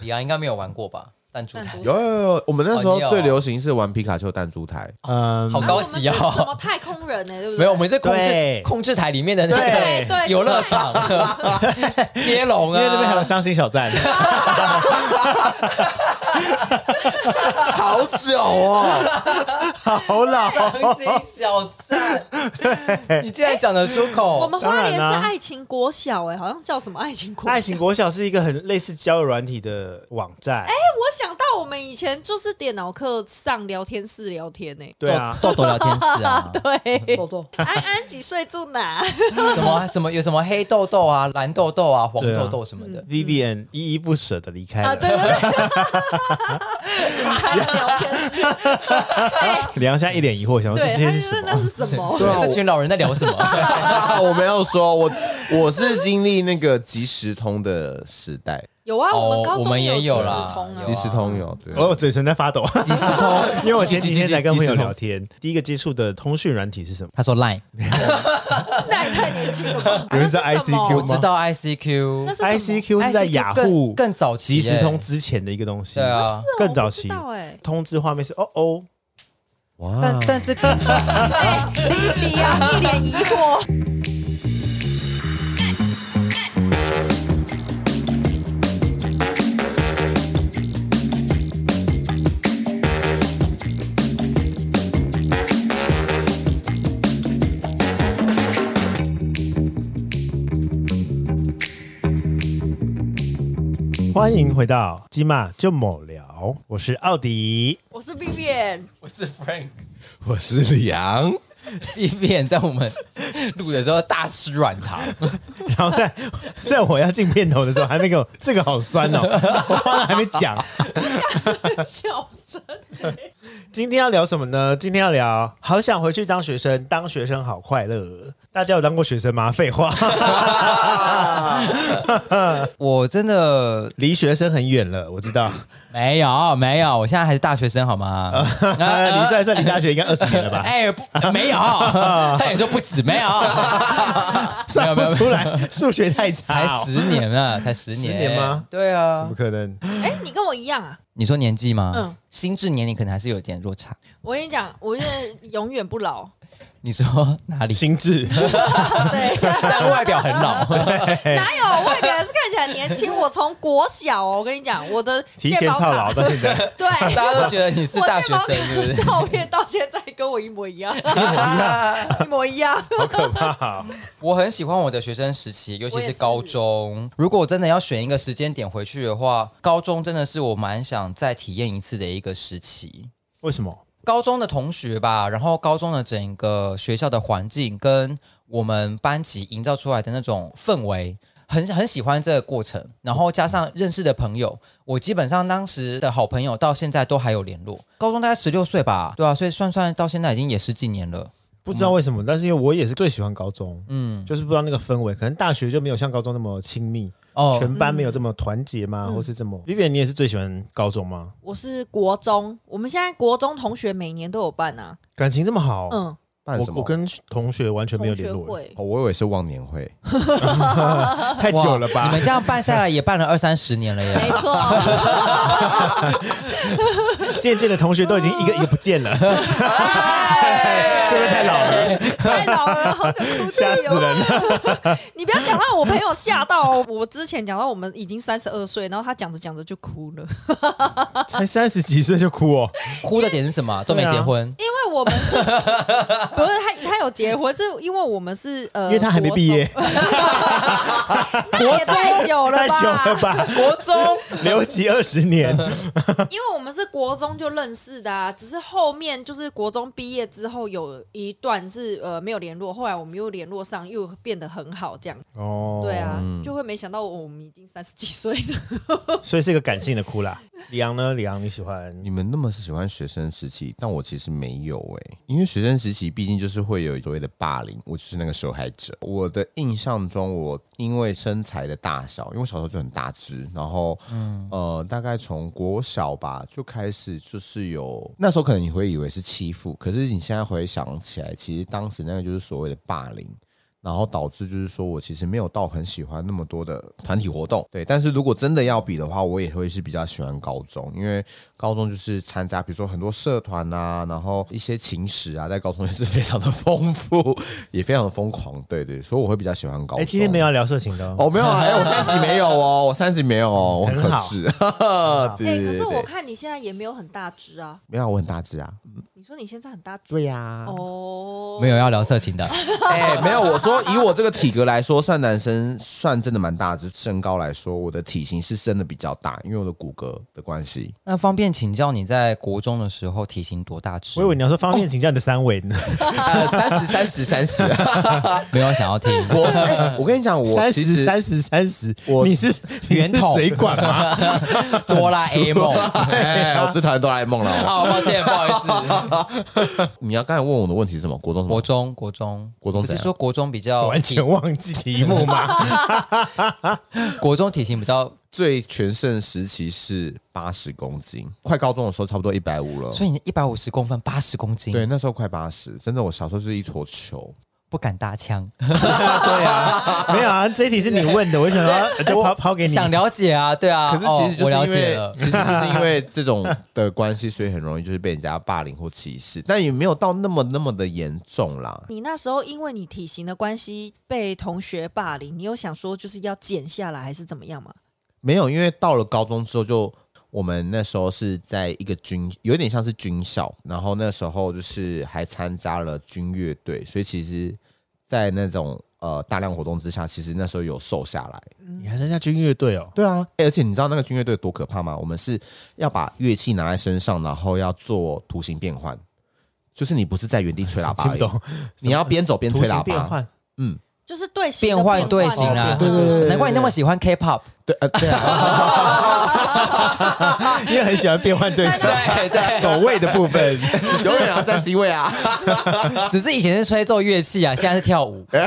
李昂应该没有玩过吧？弹珠弹台珠，有有有有，我们那时哦候你有最流行是玩皮卡丘弹珠台，嗯，好高级啊我们是什么哦。太空人呢、对不对？没有，我们是控制对控制台里面的那个对对游乐场， 接龙因为那边还有啊，伤心小站，好久哦，好老，伤心小站， 你竟然讲得出我口？们花莲当然是啦爱情国小哎、好像叫什么爱情国小。爱情国小是一个很类似交友软体的网站，我想到我们以前就是电脑课上聊天室聊天呢、对啊，豆豆聊天室啊， 对，豆豆安安几岁住哪？什么什么有什么黑豆豆啊、蓝豆豆啊、黄豆豆什么嗯的， Vivian 依依不舍的离开啊，了，对对对，开聊天室，李昂现在一脸疑惑，想说这对，他就件事是是什那么？是什么？对啊这群老人在聊什么？ 我没有说，我我是经历那个即时通的时代，有啊，我哦们高我中们也有即有时啦通啊有即时通有对，我嘴唇在发抖， 即时通，因为我前几天才跟朋友聊即天，第一个接触的通讯软体是什么？他说 Line，那也太年轻了吧？有人是那是什么 ICQ 我知道 ICQ，那是什么 ICQ 是在 ICQ 雅虎更更早期欸即时耶 通之前的一个东西，对啊，是哦更早期我不知道哎，通知画面是哦哦，哇但，但这个哎，李李阳一脸疑惑。欢迎回到鸡骂就某聊，我是奥迪。我是 B B N，我是 Frank，我是李昂，一边在我们录的时候大吃软糖，然后在在我要进片头的时候，还没给我这个好酸哦，我话都还没讲。笑声。今天要聊什么呢？今天要聊好想回去当学生，当学生好快乐。大家有当过学生吗？废话，我真的离学生很远了，我 知道。没有没有，我现在还是大学生好 吗？呃，你算一算，离大学应该二十年了吧？啊哎不 没 有，差点说不止没有，算不出来，数学太才差、哦，十年啊，才十年，十年吗？对啊怎么，可能？哎，你跟我一样啊！你说年纪吗？嗯心智年龄可能还是有点落差。我跟你讲，我是永远不老。你说哪里？心 智对，但外表很老， 哪有外表是看起来年轻？我从国小哦，我跟你讲，我的 提健前保操卡劳到现在， 对，大家都觉得你是我大健学保卡生，对不的对？ 照片到现在跟我一模一样， 一模一样。好可怕、哦。我很喜欢我的学生时期，尤其是高中。如果我真的要选一个时间点回去的话，高中真的是我蛮想再体验一次的一个时期。为什么？高中的同学吧，然后高中的整个学校的环境跟我们班级营造出来的那种氛围，很很喜欢这个过程。然后加上认识的朋友，我基本上当时的好朋友到现在都还有联络。高中大概十六岁吧，对啊，所以算算到现在已经也十几年了。不知道为什么，但是因为我也是最喜欢高中，嗯，就是不知道那个氛围，可能大学就没有像高中那么亲密，哦，全班没有这么团结嗯嘛，或是这么。Vivian，你也是最喜欢高中吗？我是国中，我们现在国中同学每年都有办啊，感情这么好，嗯，办我什么？我跟同学完哦全没有同联学络，会。哦，我以为是忘年会，太久了你吧们？这样办下来也办了二三十年了耶。 没错，渐渐的同学都已经一嗯个一个不 见了，哦是不是太老了？哎太老了，好想哭泣吓死哦！人 了！你不要讲到我朋友吓到哦。我之前讲到我们已经三十二岁，然后他讲着讲着就哭了。 才三十几岁就哭哦，哭的点是什么？都没结婚，因为我们是 不是他他有结婚，是因为我们是呃，因为他还没毕业，国中，那也太久了 太吧？久了 吧？国中留级二十 年，因为我们是国中就认识的、啊，只是后面就是国中毕业之后有一段是呃没有联络，后来我们又联络上，又变得很好，这样哦，对，啊，就会没想到我们已经三十几岁了。所以是一个感性的哭啦。李昂呢？李昂，你喜欢？你们那么喜欢学生时期，但我其实没有哎、因为学生时期毕竟就是会有所谓的霸凌，我就是那个受害者。我的印象中，我因为身材的大小，因为我小时候就很大只，然后嗯呃，大概从国小吧就开始就是有，那时候可能你会以为是欺负，可是你现在回想起来，其实当时那个就是所谓的霸凌。然后导致就是说我其实没有到很喜欢那么多的团体活动，对。但是如果真的要比的话，我也会是比较喜欢高中，因为高中就是参加比如说很多社团啊，然后一些情史啊，在高中也是非常的丰富，也非常的疯狂，对对，所以我会比较喜欢高中。哎，今天没有要聊色情的哦，哦，没有啊，哎，我三级没有哦，我三级没有哦，我很克很好制。 哈哈对哎、对可对是我对，看你现在也没有很大只啊。没有啊，我很大只啊。你说你现在很大只对呀，哦，没有要聊色情的， 哎，没有，我说以我这个体格来说，算男生算真的蛮大只，身高来说，我的体型是真的比较大，因为我的骨骼的关系。那方便请教你在国中的时候体型多大只？我以为你要说方便请教你的三围呢，呃三十，三十，三十。没有想要 听。 我哎，我跟你讲，我三其十实 三十三十，我你是你圆是筒水管吗？ 哆啦 A 梦。哎，我最讨厌哆啦 A 梦了。好，抱歉，不好意思。你要刚才问我的问题是什么？国中 什国么？中，国中，国中不是怎样说国中比较完全忘记题目嘛？国中体型比较，最全盛时期是八十公斤，快高中的时候差不多一百五了。所以你一百五十公分，八十公斤，对，那时候快八十，真的，我小时候就是一坨球。不敢搭腔。对啊， 没有啊，这一题是你问的，我 想要就抛抛给 你。想了解啊，对啊。可是其哦实就我是了因解为，了其，实就是因为这种的关系，所以很容易就是被人家霸凌或歧视，但也没有到那么那么的严重啦。你那时候因为你体型的关系被同学霸凌，你有想说就是要减下来还是怎么样吗？没有，因为到了高中之后就。我们那时候是在一个军，有点像是军校，然后那时候就是还参加了军乐队，所以其实，在那种呃大量活动之下，其实那时候有瘦下来。你还参加军乐队哦？对啊，而且你知道那个军乐队有多可怕吗？我们是要把乐器拿在身上，然后要做图形变换，就是你不是在原地吹喇叭听而不已，懂，你要边走边图吹形喇变叭。 换，就是队形的变换队形啊，变换对对对难怪你那么喜欢 K-pop。对，呃，对 啊，你也很喜欢变换 对啊象，对 对，走位的部分。永远要在 C 位啊，只是以前是吹奏乐器啊，现在是跳舞，都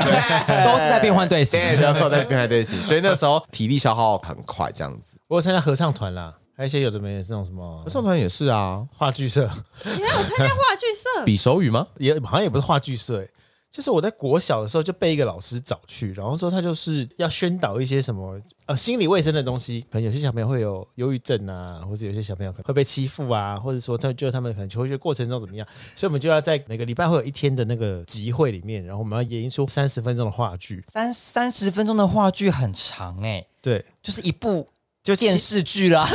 是在变换队形。 对，不要坐在边排队形，所以那时候体力消耗很快，这样子。 我有参加合唱团啦，还有一些有的没的是那种什么合唱团也是啊，话剧社，你还有哎参加话剧社？比手语吗？也好像也不是话剧社、欸，就是我在国小的时候就被一个老师找去，然后说他就是要宣导一些什么呃心理卫生的东西，可能有些小朋友会有忧郁症啊，或者有些小朋友可能会被欺负啊，或者说他们就是他们可能求学过程中怎么样，所以我们就要在每个礼拜会有一天的那个集会里面，然后我们要演绎出三十分钟的话剧，三三十分钟的话剧很长哎，对，就是一部就电七视剧 啦。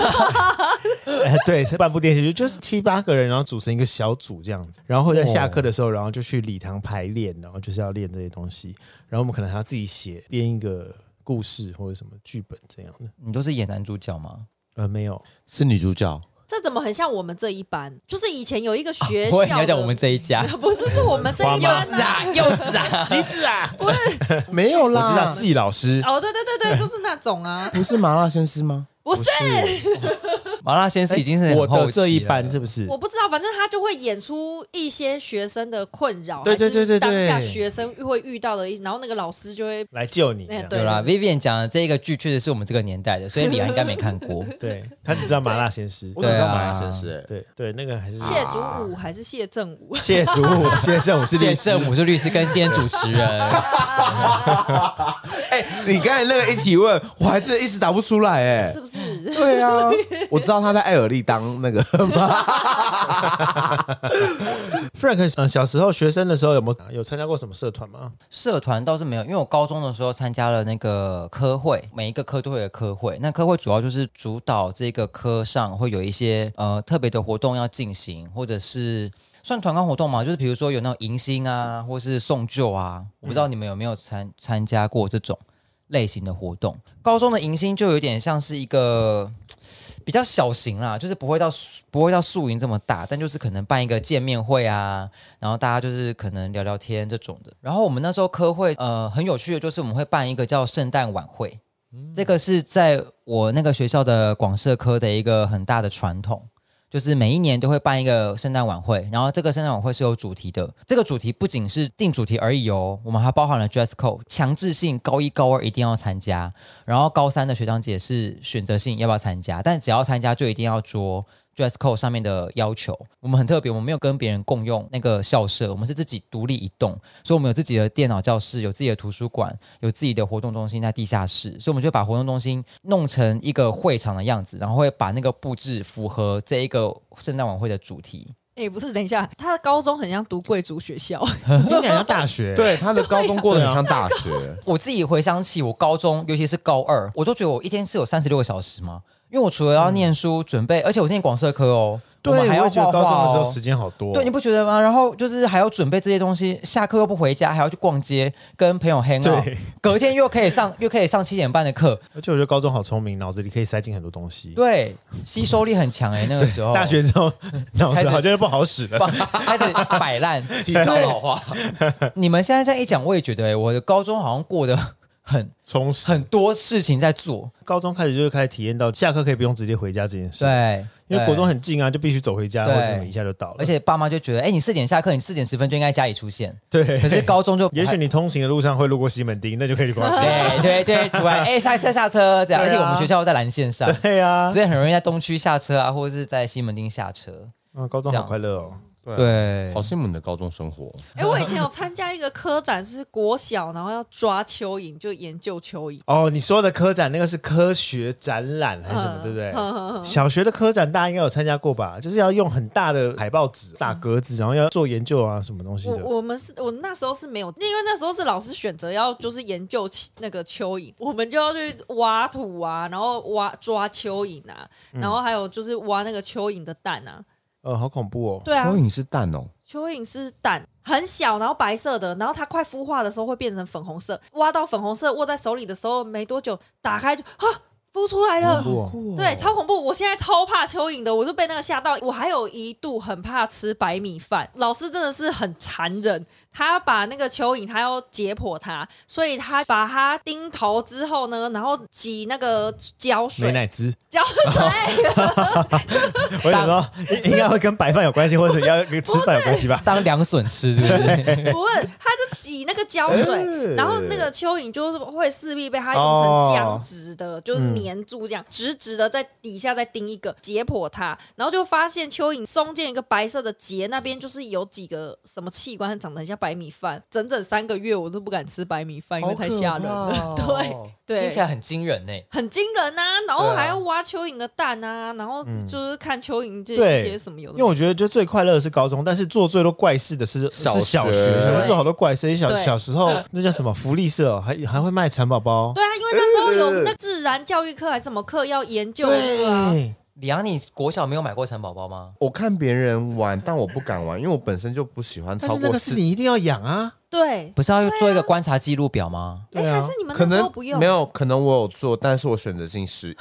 哎，对，这半部电视剧就是七八个人，然后组成一个小组这样子，然后会在下课的时候，然后就去礼堂排练，然后就是要练这些东西，然后我们可能还要自己写编一个故事或者什么剧本这样的。你都是演男主角吗？呃，没有，是女主角，这怎么很像我们这一班？就是以前有一个学哦不校会的，你要讲我们这一 家 不是是我们这一班子啊，柚子 啊，橘子啊， 没有我知道啦，季老师哦，对对对对，就是那种啊，不是麻辣鲜师吗？不是，麻辣鲜师已经是很哎我后的期了这一班是不是我？不知道，反正他就会演出一些学生的困扰，对对对对对还是当下学生会遇到的一，然后那个老师就会，来救你这哎样，对对啦，Vivian 讲的这个剧确实是我们这个年代的，所以李安应该没看过。对他只知道麻辣鲜师，我对只知道啊麻辣鲜师，哎对对，那个还是谢祖武还是谢正武？啊 谢祖武，谢正武是谢律师，正武是律师，跟今天主持人哎，你刚才那个一提问，我还真的一时答不出来，哎是，不是？ 对啊，我知道他在艾尔利当那个 Frank，嗯，小时候学生的时候有没有有参加过什么社团吗？社团倒是没有，因为我高中的时候参加了那个科会，每一个科都会有科会。那科会主要就是主导这个科上会有一些呃特别的活动要进行，或者是算团康活动嘛，就是比如说有那种迎新啊，或是送旧啊。我不知道你们有没有参参加过这种类型的活动。高中的迎新就有点像是一个比较小型啦，就是不会到不会到宿营这么大，但就是可能办一个见面会啊，然后大家就是可能聊聊天这种的。然后我们那时候科会呃很有趣的就是我们会办一个叫圣诞晚会，这个是在我那个学校的广社科的一个很大的传统。就是每一年都会办一个圣诞晚会，然后这个圣诞晚会是有主题的。这个主题不仅是定主题而已哦，我们还包含了 dress code，强制性高一高二一定要参加，然后高三的学长姐是选择性要不要参加，但只要参加就一定要着 dress code 上面的要求。我们很特别，我们没有跟别人共用那个校舍，我们是自己独立一栋，所以我们有自己的电脑教室，有自己的图书馆，有自己的活动中心在地下室，所以我们就把活动中心弄成一个会场的样子，然后会把那个布置符合这一个圣诞晚会的主题。哎、不是，等一下，他的高中很像读贵族学校， 听起来 像大学，对，他的高中过得对很啊像大学，我自己回想起我高中，尤其是高二，我都觉得我一天是有三十六个小时吗？因为我除了要念书、准备，而且我是念广设科哦，我们还对，要我也觉画得画、高哦、中的时候时间好多哦，对，你不觉得吗？然后就是还要准备这些东西，下课又不回家，还要去逛街，跟朋友 hang out，对 隔天又可以上又可以上七点半的课，而且我觉得高中好聪明，脑子里可以塞进很多东西。对，吸收力很强哎、那个时候大学之 后脑开始子好像不好使了。放开始摆烂， 提早老化，你们现在这样一讲，我也觉得、哎，我的高中好像过得很从很很多事情在做，高中开始就开始体验到下课可以不用直接回家这件事，对，因为国中对。很近啊，就必须走回家或对者什么一下就到了。而且爸妈就觉得，哎、你四点下课，你四点十分就应该家里出 现。对，可是高中 就也许你通行的路上会路过西门町，那就可以去逛 街。对对对，突然哎、下下下车这样，对啊而且我们学校在蓝线上，对啊，所以很容易在东区下车啊，或者是在西门町下车。嗯，高中好快乐哦。对对好羡慕你的高中生活。哎、我以前有参加一个科展，是国小，然后要抓蚯蚓，就研究蚯蚓。哦，你说的科展那个是科学展览还是 什么，对不对？嗯嗯嗯嗯小学的科展大家应该有参加过吧？就是要用很大的海报纸、大格子，然后要做研究啊，什么东西的。我我们是我那时候是没有，因为那时候是老师选择要就是研究蚯那个蚯蚓，我们就要去挖土啊，然后挖抓蚯蚓啊，嗯然后还有就是挖那个蚯蚓的蛋啊。呃，好恐怖哦！对啊蚯，蚓是蛋哦，蚯蚓是蛋，很小，然后白色的，然后它快孵化的时候会变成粉红色。挖到粉红色握在手里的时候，没多久打开就啊，孵出来了。恐怖哦对，超恐怖！我现在超怕蚯蚓的，我就被那个吓到。我还有一度很怕吃白米饭，老师真的是很残忍，他把那个蚯蚓，他要解剖它，所以他把它钉头之后呢，然后挤那个胶美水，乃滋，胶水，我想说应应该会跟白饭有关系，或者要跟吃饭有关系吧？当凉笋吃，是不是？ 不是，他就挤那个胶水，然后那个蚯蚓就是会势必被它用成僵直的，就是粘住这样，直直的在底下再钉一个，解剖它，然后就发现蚯蚓中间一个白色的结那边就是有几个什么器官长得很像白米饭，整整三个月我都不敢吃白米饭，因为太吓人了。对对，哦听起来很惊人呢、欸很惊人呐、对然后啊还要挖蚯蚓的蛋啊，然后就是看蚯蚓这对一些什么有的因为我觉得就最快乐的是高中，但是做最多怪事的是小是小学，学小学做好多怪事。小对小时候那叫什么福利社哦，还还会卖蚕宝宝。对啊，因为那时候有那自然教育课还是什么课要研究那个啊，嗯对，李阳，你国小没有买过蚕宝宝吗？我看别人玩，但我不敢玩，因为我本身就不喜欢但超是那过个是四。你一定要养啊。对，不是要做一个观察记录表吗？哎、对啊还是你们可那时能候不用？没有，可能我有做，但是我选择性失忆，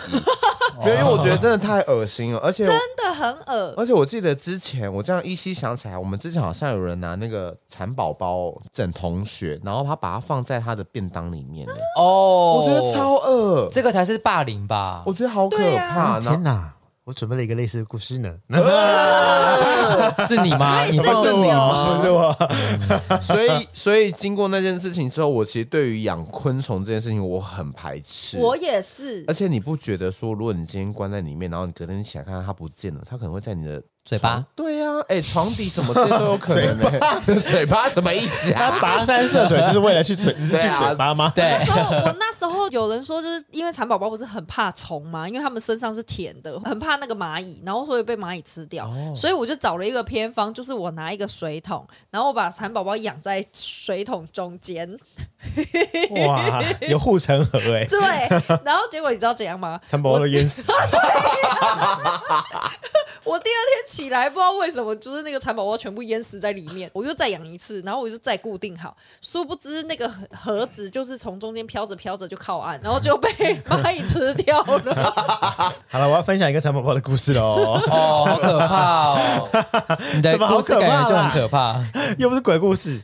没有，因为我觉得真的太恶心了，而且真的很恶而且我记得之前我这样依稀想起来，我们之前好像有人拿那个蚕宝宝整同学，然后他把它放在他的便当里面、欸，哦我觉得超恶，这个才是霸凌吧？我觉得好可对怕。啊然后天哪！我准备了一个类似的故事呢， 是你啊 吗？你是放是你吗？不是 我， 所以，所以经过那件事情之后，我其实对于养昆虫这件事情我很排斥。我也是而，且你不觉得说，如果你今天关在里面，然后你隔天起来看到它不见了，它可能会在你的嘴巴床？对呀、哎、床底什么这些都有可能、欸。 嘴巴什么意思啊？ 跋山涉 水就是为了去水对去啊水吧吗？对那，时候我那时候有人说，就是因为蚕宝宝不是很怕虫嘛，因为它们身上是甜的，很怕那个蚂蚁，然后所以被蚂蚁吃掉。哦所以我就找了一个偏方，就是我拿一个水桶，然后我把蚕宝宝养在水桶中间， 哇，有护城河哎，对，然后结果你知道怎样吗？蚕宝宝都淹死。我第二天起来，不知道为什么，就是那个蚕宝宝全部淹死在里面。我又再养一次，然后我就再固定好。殊不知那个盒盒子就是从中间飘着飘着就靠岸，然后就被 蚂蚁吃掉了。好了，我要分享一个蚕宝宝的故事喽，哦，好可怕哦！你的什么好故事感可怕觉啦就很可怕。 又不是鬼故事。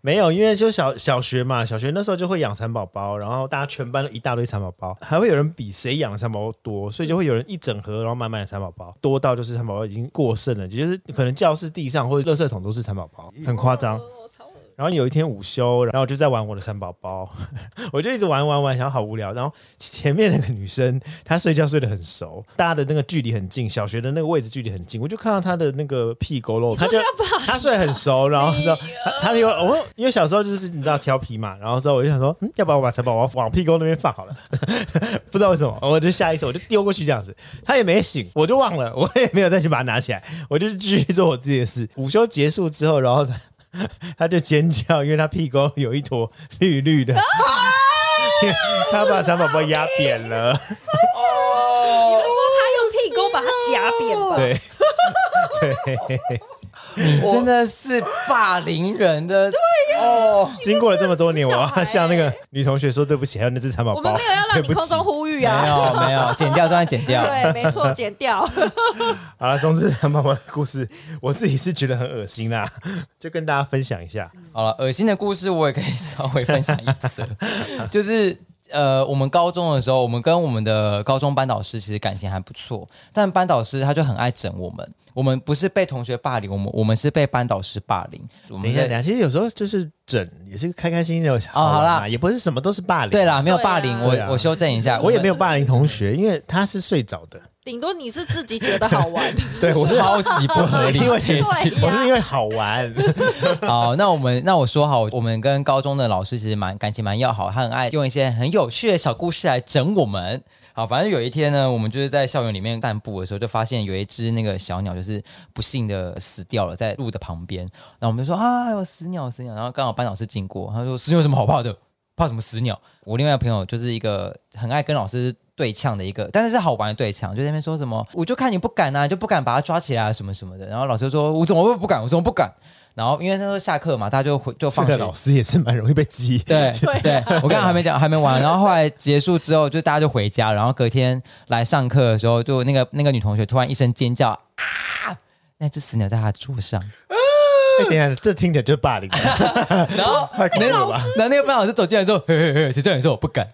没有，因为就小小学嘛，小学那时候就会养蚕宝宝，然后大家全班都一大堆蚕宝宝，还会有人比谁养的蚕宝宝多，所以就会有人一整盒，然后满满的蚕宝宝，多到就是蚕宝宝已经过剩了，就是可能教室地上或者垃圾桶都是蚕宝宝，很夸张。然后有一天午休，然后我就在玩我的蚕宝宝，我就一直玩玩玩，想好无聊。然后前面那个女生她睡觉睡得很熟，大家的那个距离很近，小学的那个位置距离很近，我就看到她的那个屁股露，她就她睡得很熟，然后说她她有我因为小时候就是你知道调皮嘛，然后之后我就想说，嗯，要不然我把蚕宝宝往屁股那边放好了， 不知道为什么，我就下意识我就丢过去这样子，她也没醒，我就忘了，我也没有再去把它拿起来，我就是继续做我自己的事。午休结束之后，然后她。他就尖叫，因为他屁股有一坨绿绿的， 他把蚕宝宝压扁了。你是说他用屁股把它夹扁 吧？对，你真的是霸凌人的，对哦，经过了这么多年，你我是个要死小孩向那个女同学说对不起，还有那只蚕宝我宝们没有要， 对让你不空起。中呼吁没啊。有没有，剪掉，当然剪掉。对，没错，剪掉。好了，总之蚕宝宝的故事，我自己是觉得很恶心啦， 就跟大家分享一下。好了，恶心的故事我也可以稍微分享一 次，就是呃，我们高中的时候，我们跟我们的高中班导师其实感情还不错，但班导师他就很爱整我们。我们不是被同学霸凌，我们我们是被班导师霸凌。我等们一下，是等一下，其实有时候就是整也是开开心心的好玩嘛啦也不是什么都是霸凌。对，啦，没有霸凌，对啊我我修正一下，我也没有有霸凌同学，因为他是睡着 的，顶多你是自己觉得好玩，啊对我是超级不合理因为这一对我是因为好玩。好，那我们那我说好，我们跟高中的老师其实蛮感情蛮要好，他很爱用一些很有趣的小故事来整我们。好，反正有一天呢，我们就是在校园里面散步的时候，就发现有一只那个小鸟，就是不幸的死掉了，在路的旁边。然后我们就说啊，有死鸟，死鸟。然后刚好班导师经过，他说死鸟有什么好怕的？怕什么死鸟？我另外一个朋友就是一个很爱跟老师对呛的一个，但是是好玩的对呛，就在那边说什么，我就看你不敢啊，就不敢把他抓起来、啊、什么什么的。然后老师就说，我怎么会不敢？我怎么不敢？然后因为那时候下课嘛，大家就回就这放学个。老师也是蛮容易被激。 对对，我刚刚还没讲，还没完。然后后来结束之后，就大家就回家，然后隔天来上课的时候，就那个那个女同学突然一声尖叫啊！那只死鸟在她的桌上，哎等一下，这听起来就是霸凌。 然后太恐怖了吧！然后那个班老师走进来之后， 嘿嘿嘿，谁叫你说我不敢？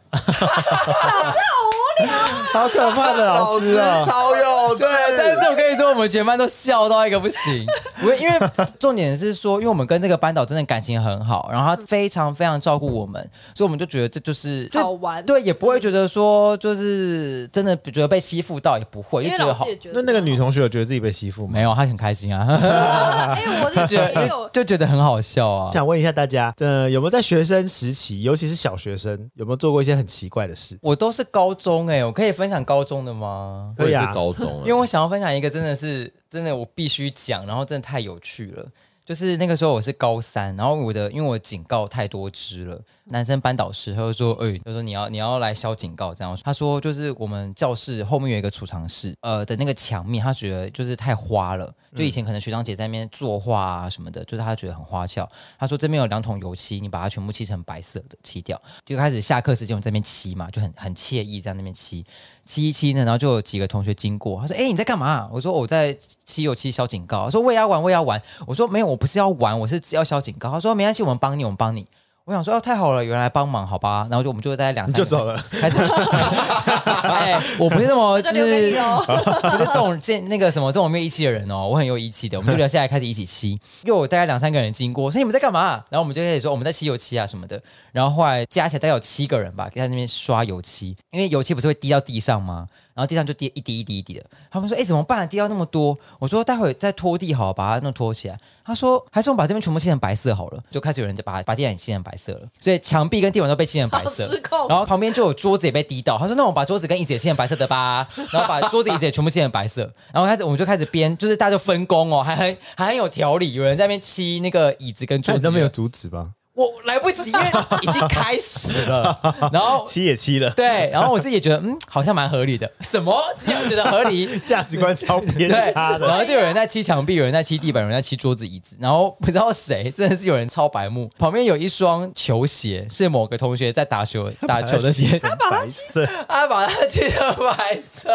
好可怕的老 师啊！超有对啊但是我跟你说，我们全班都笑到一个不行。我 因为重点是说，因为我们跟这个班导真的感情很好，然后他非常非常照顾我们，所以我们就觉得这就是就好玩对，也不会觉得说就是真的觉得被欺负到，也不会，因就为觉得老好师也觉那得那个女同学有觉得自己被欺负吗？没有，他很开心啊， 啊 哎，我是就觉得也有就觉得很好笑啊。想问一下大家，呃，有没有在学生时期，尤其是小学生，有没有做过一些很奇怪的事？我都是高中哎、我可以分享高中的吗？我对也啊是高中啊，因为我想要分享一个真的是真的我必须讲，然后真的太有趣了。就是那个时候我是高三，然后我的因为我警告太多只了，男生班导师他就说，哎、他说你要你要来消警告这样。他说就是我们教室后面有一个储藏室，呃的那个墙面，他觉得就是太花了，就以前可能学长姐在那边作画啊什么的，就是他觉得很花俏。他说这边有两桶油漆，你把它全部漆成白色的，漆掉。就开始下课时间我们在那边漆嘛，就很很惬意在那边漆。七一七呢，然后就有几个同学经过，他说：“哎、你在干嘛？”我说：“我在七有七消警告。”他说：“我也要玩，我也要玩。”我说：“没有，我不是要玩，我是要消警告。”他说：“没关系，我们帮你，我们帮你。”我想说：“哦，太好了，有人来帮忙，好吧？”然后就我们就在两你三就个走了，开始。哎，我不是那么就 就留给是你哦喽。不是这种见那个什么这种没有义气的人哦，我很有义气的，我们就留下来开始一起吸， 又有大概两三个人经过，我说你们在干嘛、然后我们就开始说我们在吸油漆啊什么的，然后后来加起来大概有七个人吧，在那边刷油漆，啊因为油漆不是会滴到地上吗？然后地上就滴一滴一滴一滴的，他们说哎、怎么办？滴到那么多，我说待会再拖地好了，把它弄拖起来。他说还是我们把这边全部漆成白色好了，就开始有人就把把地板漆成白色了，所以墙壁跟地板都被漆成白色好失，控然后旁边就有桌子也被滴到，他说：“那我们把桌子跟椅子也漆成白色的吧。” 然后把桌子、椅子也全部漆成白色。然后开始我们就开始编，就是大家就分工哦，还很还很有条理。有人在那边漆 那个椅子跟桌子，那你都没有，阻止 吧？我来不及，因为已经开始了。 然后欺也欺了，对，然后我自己也觉得嗯，好像蛮合理的。什么？这样觉得合 理？价值观超偏对，差的。然后就有人在漆墙壁，有人在漆地板，有人在漆桌子、椅子，然后不知道谁真的是有人超白目。旁边有一双球鞋，是某个同学在打球打球的鞋，他把白 色，他把它漆成白色，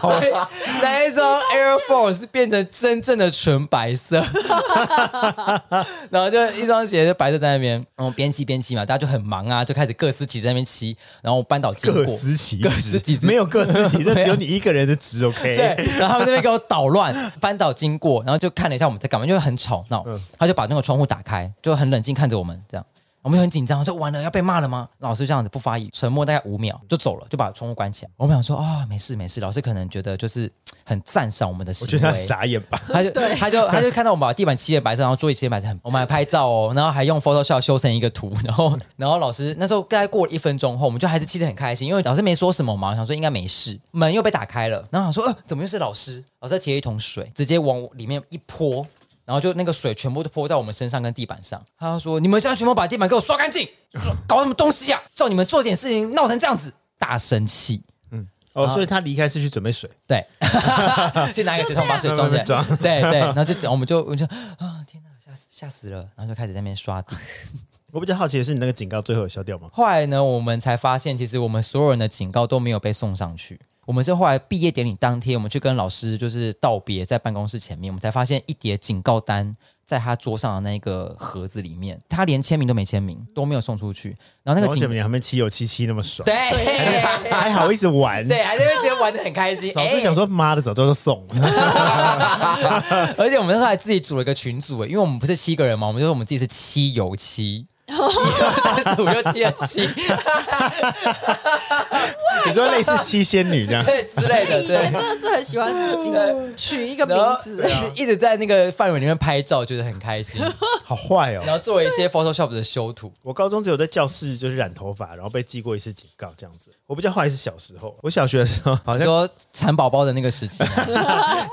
所以啊那一双 Air Force 变成真正的纯白色，然后就一双鞋就白孩就在那边，然后边骑边骑嘛，大家就很忙啊，就开始各司其职在那边骑，然后班导经各过，司其各司其职，职没有各司 其职，这只有你一个人的职。对 OK，，然后他们这边给我捣乱， 班导经过，然后就看了一下我们在干嘛，因为很吵闹，嗯他就把那个窗户打开，就很冷静看着我们这样。我们就很紧张，说完了要被骂了吗？老师这样子不发言，沉默大概五秒就走了，就把窗户关起来。我们想说啊、没事没事，老师可能觉得就是很赞赏我们的行我为，觉得他傻眼吧。他就他就他就看到我们把地板漆的白色，然后桌椅漆的白色，我们还拍照哦，然后还用 Photoshop 修成一个图，然后然后老师那时候大概过了一分钟后，我们就还是漆的很开心，因为老师没说什么嘛，我想说应该没事，门又被打开了，然后想说呃怎么又是老师？老师在提了一桶水，直接往里面一泼，然后就那个水全部都泼在我们身上跟地板上，他就说你们现在全部把地板给我刷干净，搞什么东西啊？叫你们做点事情闹成这样子，大生气。哦，所以他离开是去准备水，对， 去拿一个水桶把水装起来，慢慢对对，然后就我们就我们就啊天哪，吓死吓死了，然后就开始在那边刷地。我比较好奇的是，你那个警告最后有消掉吗？后来呢，我们才发现，其实我们所有人的警告都没有被送上去。我们是后来毕业典礼当天，我们去跟老师就是道别，在办公室前面，我们才发现一叠警告单在他桌上的那个盒子里面，他连签名都没签名，都没有送出去。然后那然个后警怎么你还没七有七七那么爽？ 对还好意思玩。对，还在那边觉得玩的很开心。老师哎想说，妈的，早知道就送 了。而且我们那时候还自己组了一个群组，欸因为我们不是七个人嘛，我们就说我们自己是七油七， 一二三四五六七的七，你说类似七仙女这样，对之类 的，以前对。哎真的是很喜欢自己取一个名然后啊字，一直在那个范围里面拍照，觉得很开 心，好坏然哦！后做一些 Photoshop 的修图。我高中只有在教室就是染头发，然后被记过一次警告这样子。我比较坏是小时候，我小学的时候好你像说蚕宝宝的那个时 期，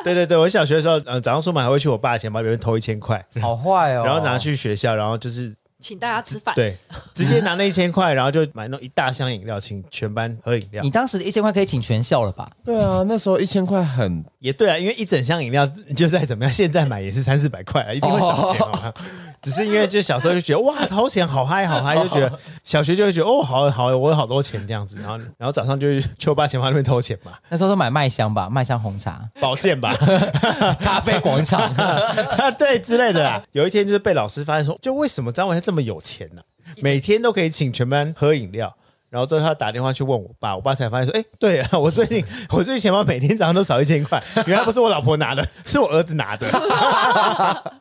对对对，我小学的时候，呃，早上出门还会去我爸的钱包里面偷一千块，好坏哦。然后拿去学校，然后就是请大家吃饭。对，直接拿那一千块，然后就买那种一大箱饮料，请全班喝饮料你。当时一千块可以请全校了吧？对啊，那时候一千块很也对啊，因为一整箱饮料就再怎么样，现在买也是三四百块啊，一定会少钱哦好吗？只是因为就小时候就觉得哇，掏钱好嗨好嗨，就觉 得小学就会觉得哦，好好，我有好多钱这样子，然后然后早上就去去我爸钱包那边偷钱嘛，那时候都买麦香吧，麦香红 茶、保健吧，咖啡广场。 对之类的啦。有一天就是被老师发现说，就为什么张文泰这么有钱呢、每天都可以请全班喝饮料。然后最后他打电话去问我爸，我爸才发现说，哎，对啊， 我最近我最近钱包每天早上都少一千块，原来不是我老婆拿的， 是我儿子拿的。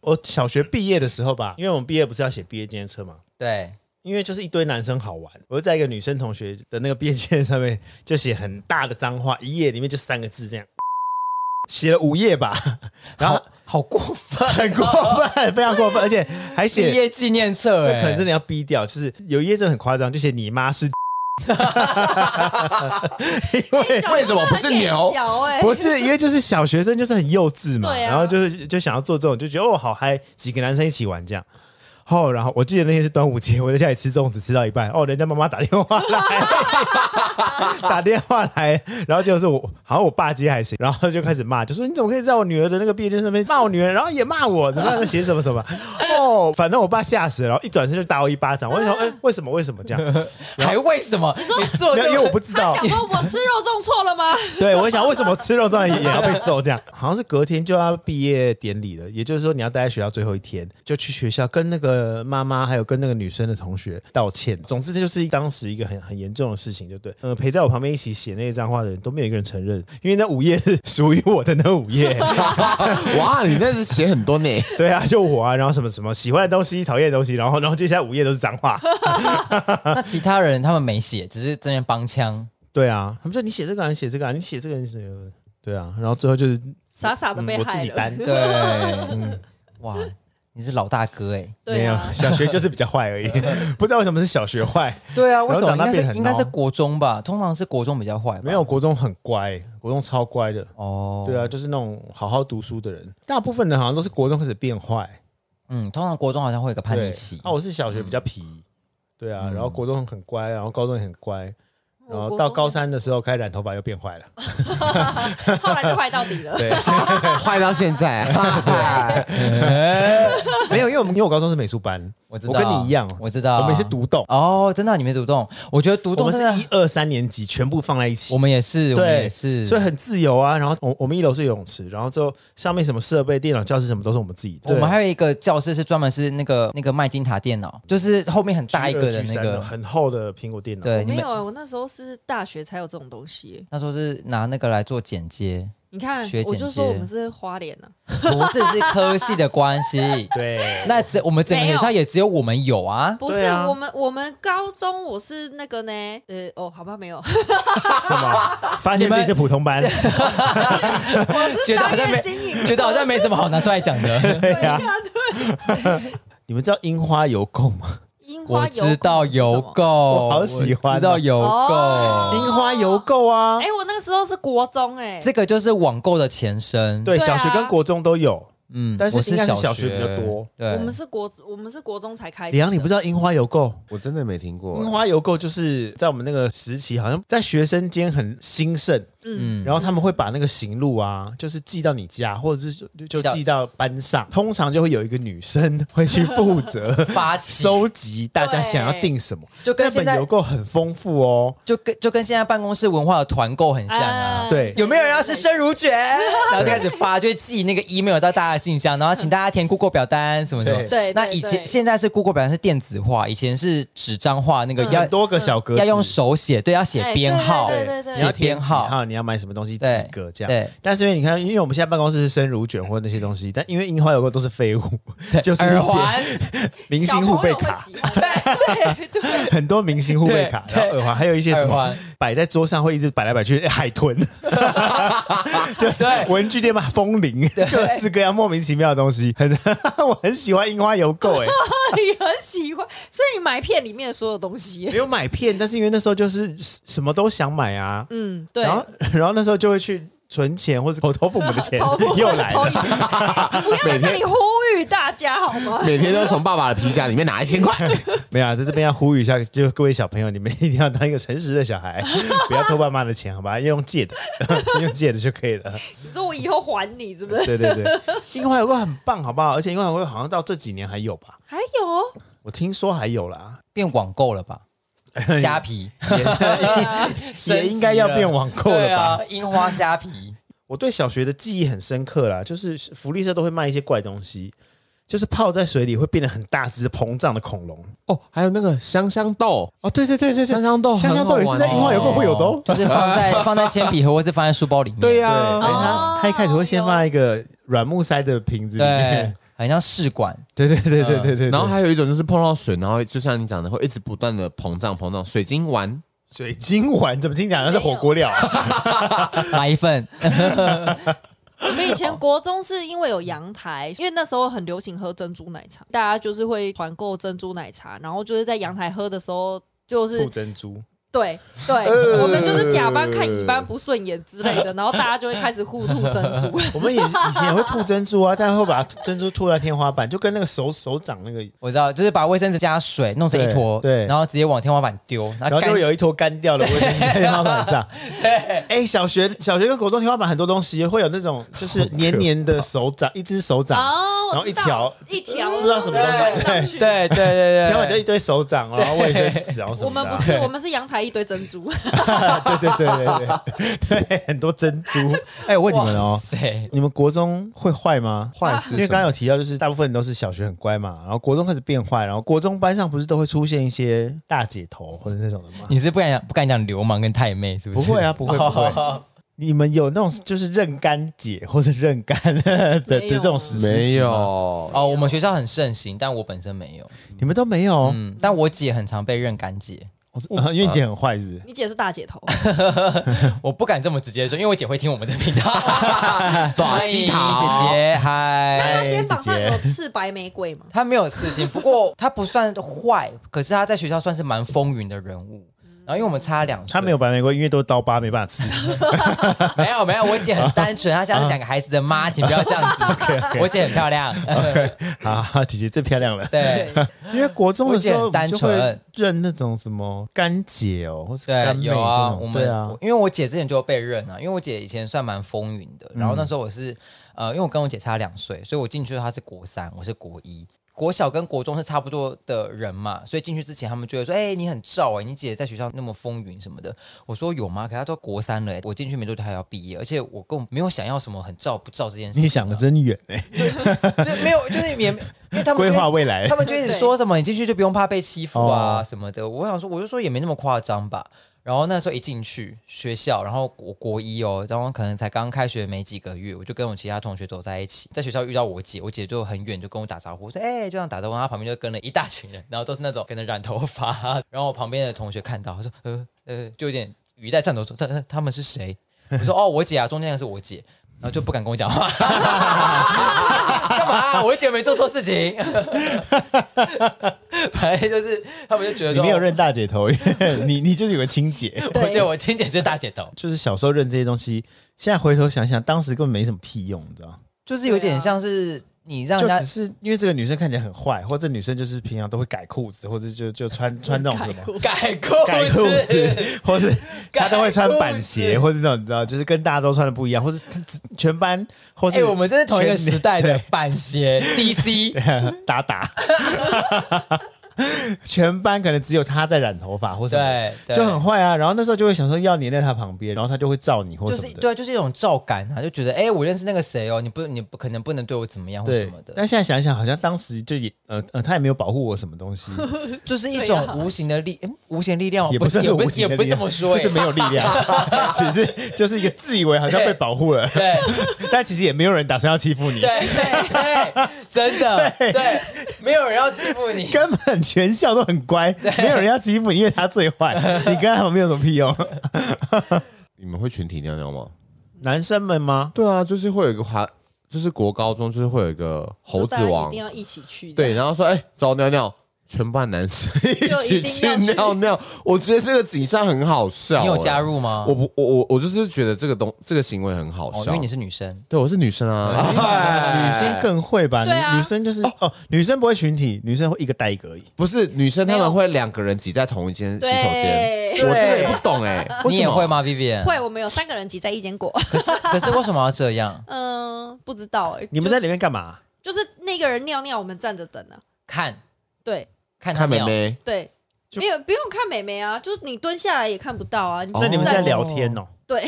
我小学毕业的时候吧，因为我们毕业不是要写毕业纪念册吗？对，因为就是一堆男生好玩，我就在一个女生同学的那个便签上面就写很大的脏话，一页里面就三个字这样，写了五页吧，然后好好过分，哦很过分，非常过分，而且还毕写业纪念册，这哎可能真的要逼掉，就是有一页真的很夸张，就写你妈是，小因为时候 为什么不是牛很小哎，不是因为就是小学生就是很幼稚嘛，对啊然后就是就想要做这种，就觉得哦好嗨，几个男生一起玩这样。哦，然后我记得那天是端午节，我在家里吃粽子，吃到一半，哦，人家妈妈打电话来， 打电话来，然后就是我，好像我爸接还行，然后就开始骂，就说你怎么可以在我女儿的那个毕业证上面骂我女儿，然后也骂我，怎么样写什么什么，哦，反正我爸吓死了，然后一转身就打我一巴掌，我 就说，哎，为什么为什么这样？欸还为什么？你说做没有，因为我不知他道，想说我吃肉种错了吗？ 对，我想为什么吃肉粽也要被揍？这样好像是隔天就要毕业典礼了，也就是说你要待在学校最后一天，就去学校跟那个妈妈还有跟那个女生的同学道歉。总之，这就是当时一个很很严重的事情，就对。呃，陪在我旁边一起写那一张画的人都没有一个人承认，因为那五页是属于我的那五 页。 哇，你那是写很 多呢。对啊，就我啊，然后什么什么喜欢的东西、讨厌的东西，然后然后接下来五页都是脏话。那其他人他们没写，只是在那边帮腔。 对啊，他们说你写这个、啊，你写这个、啊，你写这个，你写这个。对啊，然后最后就是、傻傻的嗯、被我自害己了。担。对， 哇，你是老大哥哎、没对有啊，，小学就是比较坏 而已，不知道为什么是小学坏。对啊，为什然后么长大应变该很是应该是孬国中吧？通常是国中比较坏吧，没有国中很乖，国中超乖的。哦。对啊，，就是那种好好读书的人，大部分人好像都是国中开始变坏，嗯，通常国中好像会有个叛逆对期。嗯啊，我是小学比较嗯皮，对啊，然后国中很乖，然后高中也很乖，然我后国到中高三的时候开始染头发又变 坏了。 后来就坏到底了。 对，坏到现在，哎没有，因为我们因为我高中是美术班，我知道，我跟你一样，啊我知道，我们也是独栋，哦，真的啊，你们独栋，我觉得独我栋们真是的一，二三年级全部放在一起我。们也是，我们对，也是，所以很自由啊。然后我我们一楼是游泳池，然后之后上面什么设备、电脑、教室什么都是我们自己的。我们还有一个教室是专门是那个那个麦金塔电脑，就是后面很大一个的 G2 G3 那的个，很厚的苹果电脑。对，你没们有啊，我那时候是大学才有这种东西耶。那时候是拿那个来做剪接，你看学，我剪就说我接们是花啊脸呢、不是是科系的关系。 对，那整我们整个没学有校也只有我们有啊，不对是、啊我们我们高中我是那个呢，呃哦，好吧，没有，什 么？发现自己是普通班，我是觉得好像商业没经营，觉得好像没什么好拿出来讲的。 对呀。啊你们知道樱花油垢 吗？樱 花我油知道是什么邮购，我好喜我欢哦知道邮哦购，樱花油垢啊哎、，我那个时候是国中哎、这个就是网购的前身。，对，对啊小学跟国中都有。嗯但是我应该是小小学比较多。对，我们是国我们是国中才哎开始的。李阳，你不知道樱花油垢？ 我真的没听过樱。花邮购就是在我们那个时期，好像在学生间很兴盛，嗯，然后他们会把那个行路啊，就是寄到你家，或者是就就寄到寄到班上。通常就会有一个女生会去负 责发起收集大家想要订什么。就跟日现本在邮购很丰富哦，就跟就跟现在办公室文化的团购很像啊。啊对有没有人要吃生乳 卷？然后就开始发，就会寄那个 email 到大家的信箱，然后请大家填 Google 表单什么的。对对对那以前对现在是 Google 表单是电子化，以前是纸张化，那个要很多个小格嗯子要用手写，对，要写嗯哎编号，对对对你要写填编几号，号，你要买什么东西几对个这样对。但是因为你看，因为我们现在办公室是生乳卷或那些东西，但因为樱花邮购都是废物， 就是一耳些环，明小星朋护贝友会卡。喜欢对对对，很多明星护贝卡，对然后耳环，还有一些什耳么环摆在桌上会一直摆来摆去，哎 海豚，就对文具店嘛，风铃，各式各样莫名其妙的东西， 很我很喜欢樱花邮购哎，你很喜欢，所以你买片里面的所有东西耶。没有买片，但是因为那时候就是什么都想买啊，嗯，对。然后然后那时候就会去存钱或者口头父母的钱 头部，又来头了影，不要在这里呼吁大家好吗？每天都从爸爸的皮夹里面拿一千块，没有啊，在这边要呼吁一下，就各位小朋友，你们一定要当一个诚实的小孩， 不要偷爸妈的钱，好吧？要用借的， 用借的就可以了。你说我以后还你是不是？对对对，樱花油会很棒，好不好？而且樱花油会好像到这几年还有吧，还有，我听说还有啦，变网购了 吧？虾皮也应该要变网购了对吧？啊，樱花虾皮，我对小学的记忆很深刻啦，就是福利社都会卖一些怪东西，就是泡在水里会变得很大只、膨胀的恐龙。哦，还有那个香香豆，哦，对对对对香香豆香很香好豆也玩是在 樱花油购会有的哦。就是放 在放在铅笔盒或是放在书包里面。对呀、哦对它它一开始会先有放在一个软木塞的瓶子里对面，，很像试管。对对对对对对，然后还有一种就是碰到水，然后就像你讲的，会一直不断的膨胀膨胀，水晶丸。水晶丸怎么听起来好像是火锅料啊？来一份，我们以前国中是因为有阳台，因为那时候很流行喝珍珠奶茶，大家就是会团购珍珠奶茶，然后就是在阳台喝的时候，就是吐珍珠，对对，我们就是甲班看乙班不顺眼之类的，然后大家就会开始互吐珍珠。我们以以前也会吐珍珠啊，大家会把珍珠吐在天花板，就跟那个手手掌那个，我知道，就是把卫生纸加水弄成一坨，对对然后直接往天花板丢，然啊然后干就会有一坨干掉的卫生纸在天花板 上。哎、小学小学跟国中天花板很多东西会有那种就是黏黏的手掌，一只手掌，哦，然我后一知道条一条，不知道什么东西哎对上去对对对 天花板就一对对，堆手掌，然后卫生纸，然后什我么们的不啊、是，我们是阳台一堆珍珠。 对对对对对对，很多珍珠。 哎、我问你们哦哇。塞，你们国中会坏吗？坏是因为什刚刚么有提到，就是大部分都是小学很乖嘛，然后国中开始变坏，然后国中班上不是都会出现一些大姐头或者那种的吗？你是不敢讲不敢讲流氓跟太妹是不不是？ 会啊，不会不会。哦你们有那种就是认干姐或是认干啊的的没有这种实施没期吗，有，哦，我们学校很盛行，但我本身没有。你们都没有。嗯，但我姐很常被认干姐，我啊因为你姐很坏，是不是？ 你姐是大姐头，我不敢这么直接说，因为我姐会听我们的频 道。大欢迎鸡桃姐姐，哎嗨。哎那她肩膀上有刺白玫瑰 吗？他没有刺青，不过他不算坏，可是他在学校算是蛮风云的人物。然后因为我们差两岁，她没有白玫瑰，因为都是刀疤，没办法 吃。没有没有，我姐很单纯，她现在是两个孩子的妈，请不要这样 子。我姐很漂亮， 啊，姐姐最漂亮了。对，因为国中的时我候姐很单就纯会认那种什么干姐哦，或是干对，妹有啊，这种我们对啊，因为我姐之前就有被认啊，因为我姐以前算蛮风嗯云的，然后那时候我是、呃，因为我跟我姐差两岁，所以我进去她是国三，我是国一。国小跟国中是差不多的人嘛，所以进去之前他们就会说：“哎、你很照哎、你姐在学校那么风云什么的。”我说：“有吗？”可她都国三了、哎我进去没多久她要毕业，而且我根本没有想要什么很照不照这件事情啊、你想的真远哎，就没有，就是也因为他们规就会划未来他。们就一直说什么你进去就不用怕被欺负啊哦什么的。我想说，我就说也没那么夸张吧。然后那时候一进去学校，然后国国一哦，然后可能才刚开学没几个月，我就跟我其他同学走在一起，在学校遇到我姐，我姐就很远就跟我打招呼，我说哎、就这样打招呼，然后她旁边就跟了一大群人，然后都是那种可能染头发啊，然后我旁边的同学看到，他说呃呃，就有点语带颤抖说他他他们是谁？我说哦，我姐啊，中间那个是我姐，然后就不敢跟我讲话， 干嘛？啊我姐没做错事 情，反正就是他们就觉得你说没有认大姐头， 你你就是有个亲姐。我对我亲姐就是大姐头，就是小时候认这些东西，现在回头想想，当时根本没什么屁用，你知道？就是有点像是你让就人家只是因为这个女生看起来很坏，或者这女生就是平常都会改裤子，或者就就穿穿那种什么改裤改裤子， 子，或是改她都会穿板裤鞋，子或是那种你知道，就是跟大家都穿的不一样，或是她只全班，或哎、是我们真是同一个时代的板鞋 DC，打打，全班可能只有她在染头发，或者对，对就很坏啊。然后那时候就会想说要黏在她旁边，然后她就会照你或就什是么的。对啊，就是一种照感啊，就觉得哎、我认识那个谁哦，你不你不可能不能对我怎么样或什对么，的，但现在想一想，好像当时就也呃呃，她也没有保护我什么东西，就是一种无形的力，嗯无形力量，也不不是算也是不无也形的不力是这量，么说、就是哎没有力量， 只是就是一个自以为好像被保护了，对。 但其实也没有人打算要欺负你，对对，真的对，没有人要欺负你。根本全校都很乖，没有人要欺负你，因为他最坏，你跟他们没有什么屁用。你们会群体尿尿吗？男生们吗？对啊，就是会有一个华，就是国高中就是会有一个猴就子大家王一定，要一起去。对，，然后说哎找尿尿，全班男生一起一定要去尿尿，我觉得这个景象很好笑。你有加哎？入吗？我不，我我我就是觉得这个东这个行为很好哦，笑，因为你是女生，对我是女生啊，女生更会吧？女、对啊女生就是哦，女生不会群体，女生会一个带一个而已。不是女生，他没们有会两个人挤在同一间洗对手间，对我这个也不懂哎，为你什也么会？吗，Vivian？会，我啊们有三个人挤在一间过。可是可是为什么要这样？嗯，不知道哎、你们在里面干嘛？就就是那个人尿尿，我们站着等啊。看对看他看妹尿，妹，对，就没有不用看美眉啊，就是你蹲下来也看不到啊。你哦那你们是站在着聊天哦？对，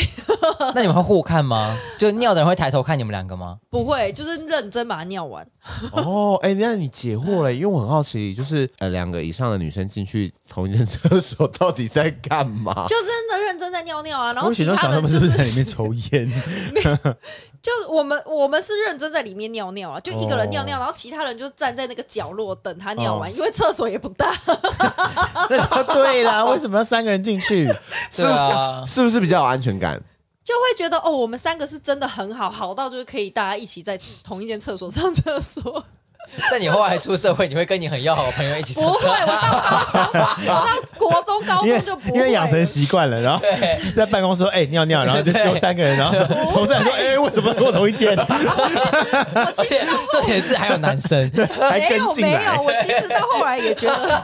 那你们会互看吗？就尿的人会抬头看你们两个吗？不会，就是认真把它尿完。啊哦，哎、那你解惑了，因为我很好奇，就是呃，两个以上的女生进去同一间厕所到底在 干嘛？就真的认真在尿尿啊，然我后以其前都他想他人们就是不是是在里面抽烟？就是我们我们是认真在里面尿尿啊，就一个人尿尿，哦然后其他人就站在那个角落等他尿完，哦因为厕所也不大， 那就 对啦，为什么要三个人进去？是不是、对啊是不是比较有安全感？就会觉得哦，我们三个是真的很好，好到就是可以大家一起在同一间厕所上厕 所。但你后来出社会，你会跟你很要好的朋友一起不会，我到高中，我到国中、高因为中就不会因了为养成习惯了，然后在办公室说哎、尿尿，然后就揪三个人，然后同事还说哎、为什么跟我同 一间？我而其实且重点是还有男生， 还没跟有进没有，来。我其实到后来也觉得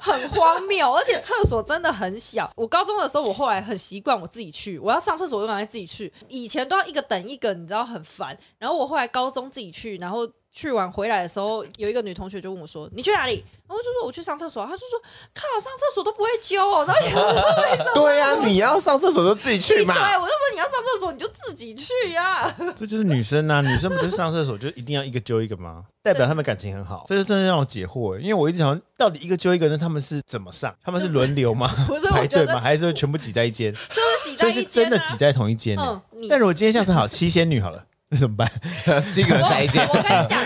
很荒谬，而且厕所真的很小。我高中的时候，我后来很习惯我自己去，我要上厕所我就赶快自己去。以前都要一个等一个，你知道很烦。然后我后来高中自己去，然后。去完回来的时候，有一个女同学就问我说：“你去哪里？”然后我就说：“我去上厕所啊。”她就说：“靠，上厕所都不会揪哦。”然后也不知道 为什么对呀、你要上厕所就自己去嘛啊对，。啊我就说你要上厕所你就自己去呀、 这就是女生啊，女生不是上厕所就一定要一个揪一个吗？ 代表她们感情很好，这就真的让我解惑欸。因为我一直想，到底一个揪一个呢，他们是怎么上？他们是轮 流吗？不是我排队觉吗？得还是说全部挤在一间？就是挤在所一以是间、啊，真的挤在同一间欸。嗯，你但如果今天下次 好七仙女好了，那怎么办？啊七 个人我在一间我，跟你讲，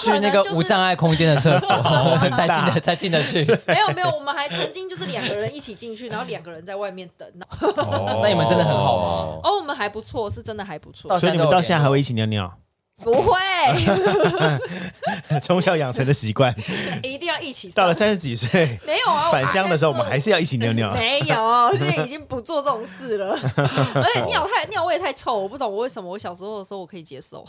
去可那能个就是无障碍空间的厕所， 我们才进得才进得去。没有没有，我们还曾经就是两个人一起进去，然后两个人在外面等。哦那你们真的很好吗？哦，我们还不错，是真的还不到错。所以你们到现在还会一起尿尿， 不会，从小养成的习惯。一定要一起上。到了三十几岁没有啊？返乡的时候，我们还是要一起尿尿。 没有，现在已经不做这种事了。而且尿太尿味太臭，我不懂我为什么我小时候的时候我可以接受。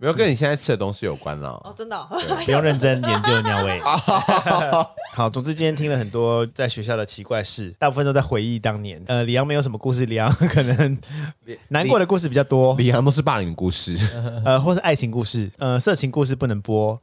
没有跟你现在吃的东西有关啦。哦，真的哦、 不用认真研究尿味。 好，总之今天听了很多在学校的奇怪事，大部分都在回忆当年。呃，李阳没有什么故事，李阳可能难过的故事比较多，李阳都是霸凌的故事， 呃，或是爱情故事，呃，色情故事不能播。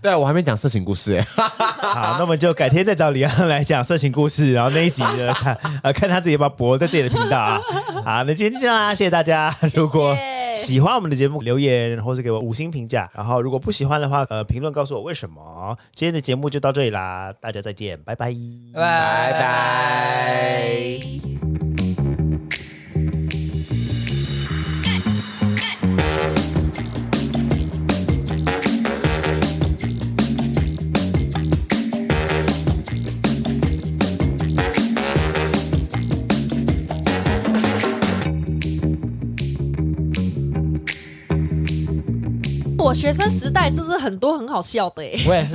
对我还没讲色情故事哎、好，那我们就改天再找李阳来讲色情故事，然后那一集呢，他呃看他自己要不要播在自己的频道啊。好，那今天就这样啦，谢 谢大家。如果喜欢我们的节目，留言或是给我五星评价。然后如果不喜欢的话，呃，评论告诉我为什么。今天的节目就到这里啦，大家再见，拜拜。拜拜拜。我学生时代就是很多很好笑的、欸，我也是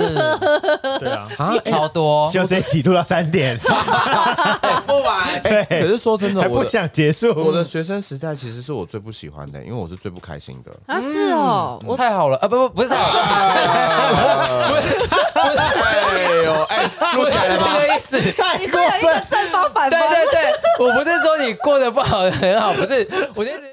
对啊，啊，哎超多，就这一集录到三点，不玩。哎 可是说真的，还我不的想结束。我的学生时代其实是我最不喜欢的，因为我是最不开心 的。啊，是哦，我太好了啊！不不不是太好 了，不是哎呦，哎，录起来了吗？ 这个意思。你说有一个正方反对方。对对，我不是说你过得不好很好，不是，我就是。